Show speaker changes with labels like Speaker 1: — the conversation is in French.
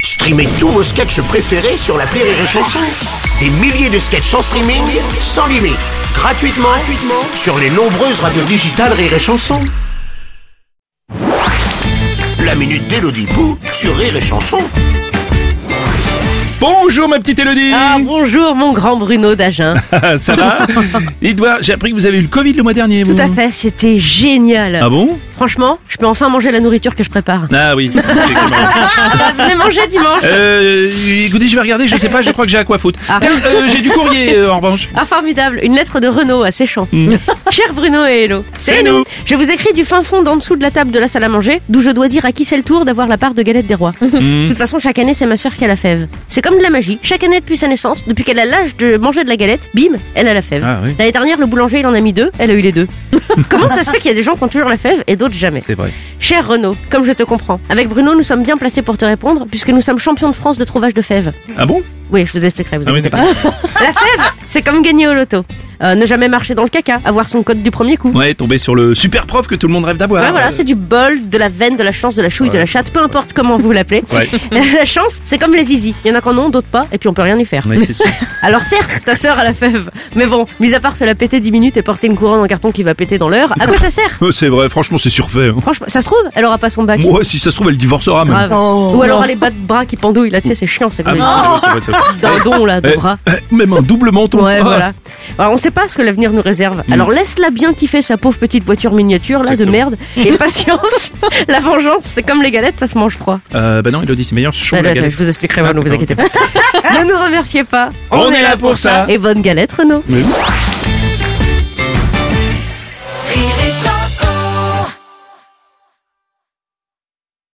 Speaker 1: Streamez tous vos sketchs préférés sur la Rire et Chanson. Des milliers de sketchs en streaming, sans limite, gratuitement, gratuitement sur les nombreuses radios digitales Rire et Chanson. La minute d'Elodie Pou sur Rire et Chanson.
Speaker 2: Bonjour ma petite Elodie
Speaker 3: Ah bonjour mon grand Bruno d'Agen.
Speaker 2: Ça va Dites-moi, j'ai appris que vous avez eu le Covid le mois dernier.
Speaker 3: Tout
Speaker 2: vous.
Speaker 3: à fait, c'était génial.
Speaker 2: Ah bon
Speaker 3: Franchement, je peux enfin manger la nourriture que je prépare.
Speaker 2: Ah oui. effectivement.
Speaker 3: On va venir manger dimanche.
Speaker 2: euh, écoutez, je vais regarder, je sais pas, je crois que j'ai à quoi foutre. Tiens, euh, j'ai du courrier euh, en revanche.
Speaker 3: Ah formidable, une lettre de Renaud à Séchant. Cher Bruno et Hello,
Speaker 2: C'est nous.
Speaker 3: Je vous écris du fin fond d'en dessous de la table de la salle à manger, d'où je dois dire à qui c'est le tour d'avoir la part de galette des rois.
Speaker 2: Mm.
Speaker 3: De toute façon, chaque année, c'est ma sœur qui a la fève. C'est comme de la magie. Chaque année depuis sa naissance, depuis qu'elle a l'âge de manger de la galette, bim, elle a la fève.
Speaker 2: Ah oui.
Speaker 3: L'année dernière, le boulanger, il en a mis deux, elle a eu les deux. Comment ça se fait qu'il y a des gens qui ont toujours la fève et d'autres jamais
Speaker 2: C'est vrai.
Speaker 3: Cher Renaud, comme je te comprends, avec Bruno, nous sommes bien placés pour te répondre, puisque nous sommes champions de France de trouvage de fèves.
Speaker 2: Ah bon
Speaker 3: Oui, je vous expliquerai, vous
Speaker 2: Ah oui,
Speaker 3: inquiétez pas. La fève, c'est comme gagner au loto. Euh, ne jamais marcher dans le caca, avoir son code du premier coup.
Speaker 2: Ouais, tombé sur le super prof que tout le monde rêve d'avoir.
Speaker 3: Ouais, voilà, c'est du bol, de la veine, de la chance, de la chouille, de la chatte, peu importe comment vous l'appelez.
Speaker 2: Ouais.
Speaker 3: La chance, c'est comme les zizi. Il y en a qu'en ont, d'autres pas, et puis on peut rien y faire.
Speaker 2: Ouais, c'est sûr.
Speaker 3: Alors certes, ta sœur a la fève, mais bon, mis à part se la péter 10 minutes et porter une couronne en carton qui va péter dans l'heure, à quoi ça sert
Speaker 2: Euh, c'est vrai, franchement, c'est surfait. hein.
Speaker 3: Franchement, ça se trouve, elle aura pas son bac.
Speaker 2: Moi, si ça se trouve, elle divorcera même.
Speaker 3: Grave. Ou alors les bas de bras qui pendouillent, là, tu sais, c'est chiant, c'est
Speaker 2: Oh. Ah,
Speaker 3: les-
Speaker 2: bon, c'est vrai, c'est vrai, c'est vrai.
Speaker 3: dindons, là, de
Speaker 2: Eh,
Speaker 3: bras.
Speaker 2: eh, Même un double menton.
Speaker 3: Oh. Ouais,
Speaker 2: Ah.
Speaker 3: voilà. Alors, on sait pas ce que l'avenir nous réserve. Alors, laisse-la bien kiffer sa pauvre petite voiture miniature, là, de
Speaker 2: Mm. Exactement.
Speaker 3: merde. Et patience, la vengeance, c'est comme les galettes, ça se mange froid.
Speaker 2: Euh, bah non, Elodie, c'est meilleur chaud.
Speaker 3: Bah,
Speaker 2: la
Speaker 3: attends,
Speaker 2: galette.
Speaker 3: je vous expliquerai,
Speaker 2: Ah,
Speaker 3: ne vous
Speaker 2: d'accord.
Speaker 3: inquiétez pas. ne nous remerciez pas.
Speaker 2: On est là pour ça.
Speaker 3: Et bonne galette, Renaud.
Speaker 2: Mais oui.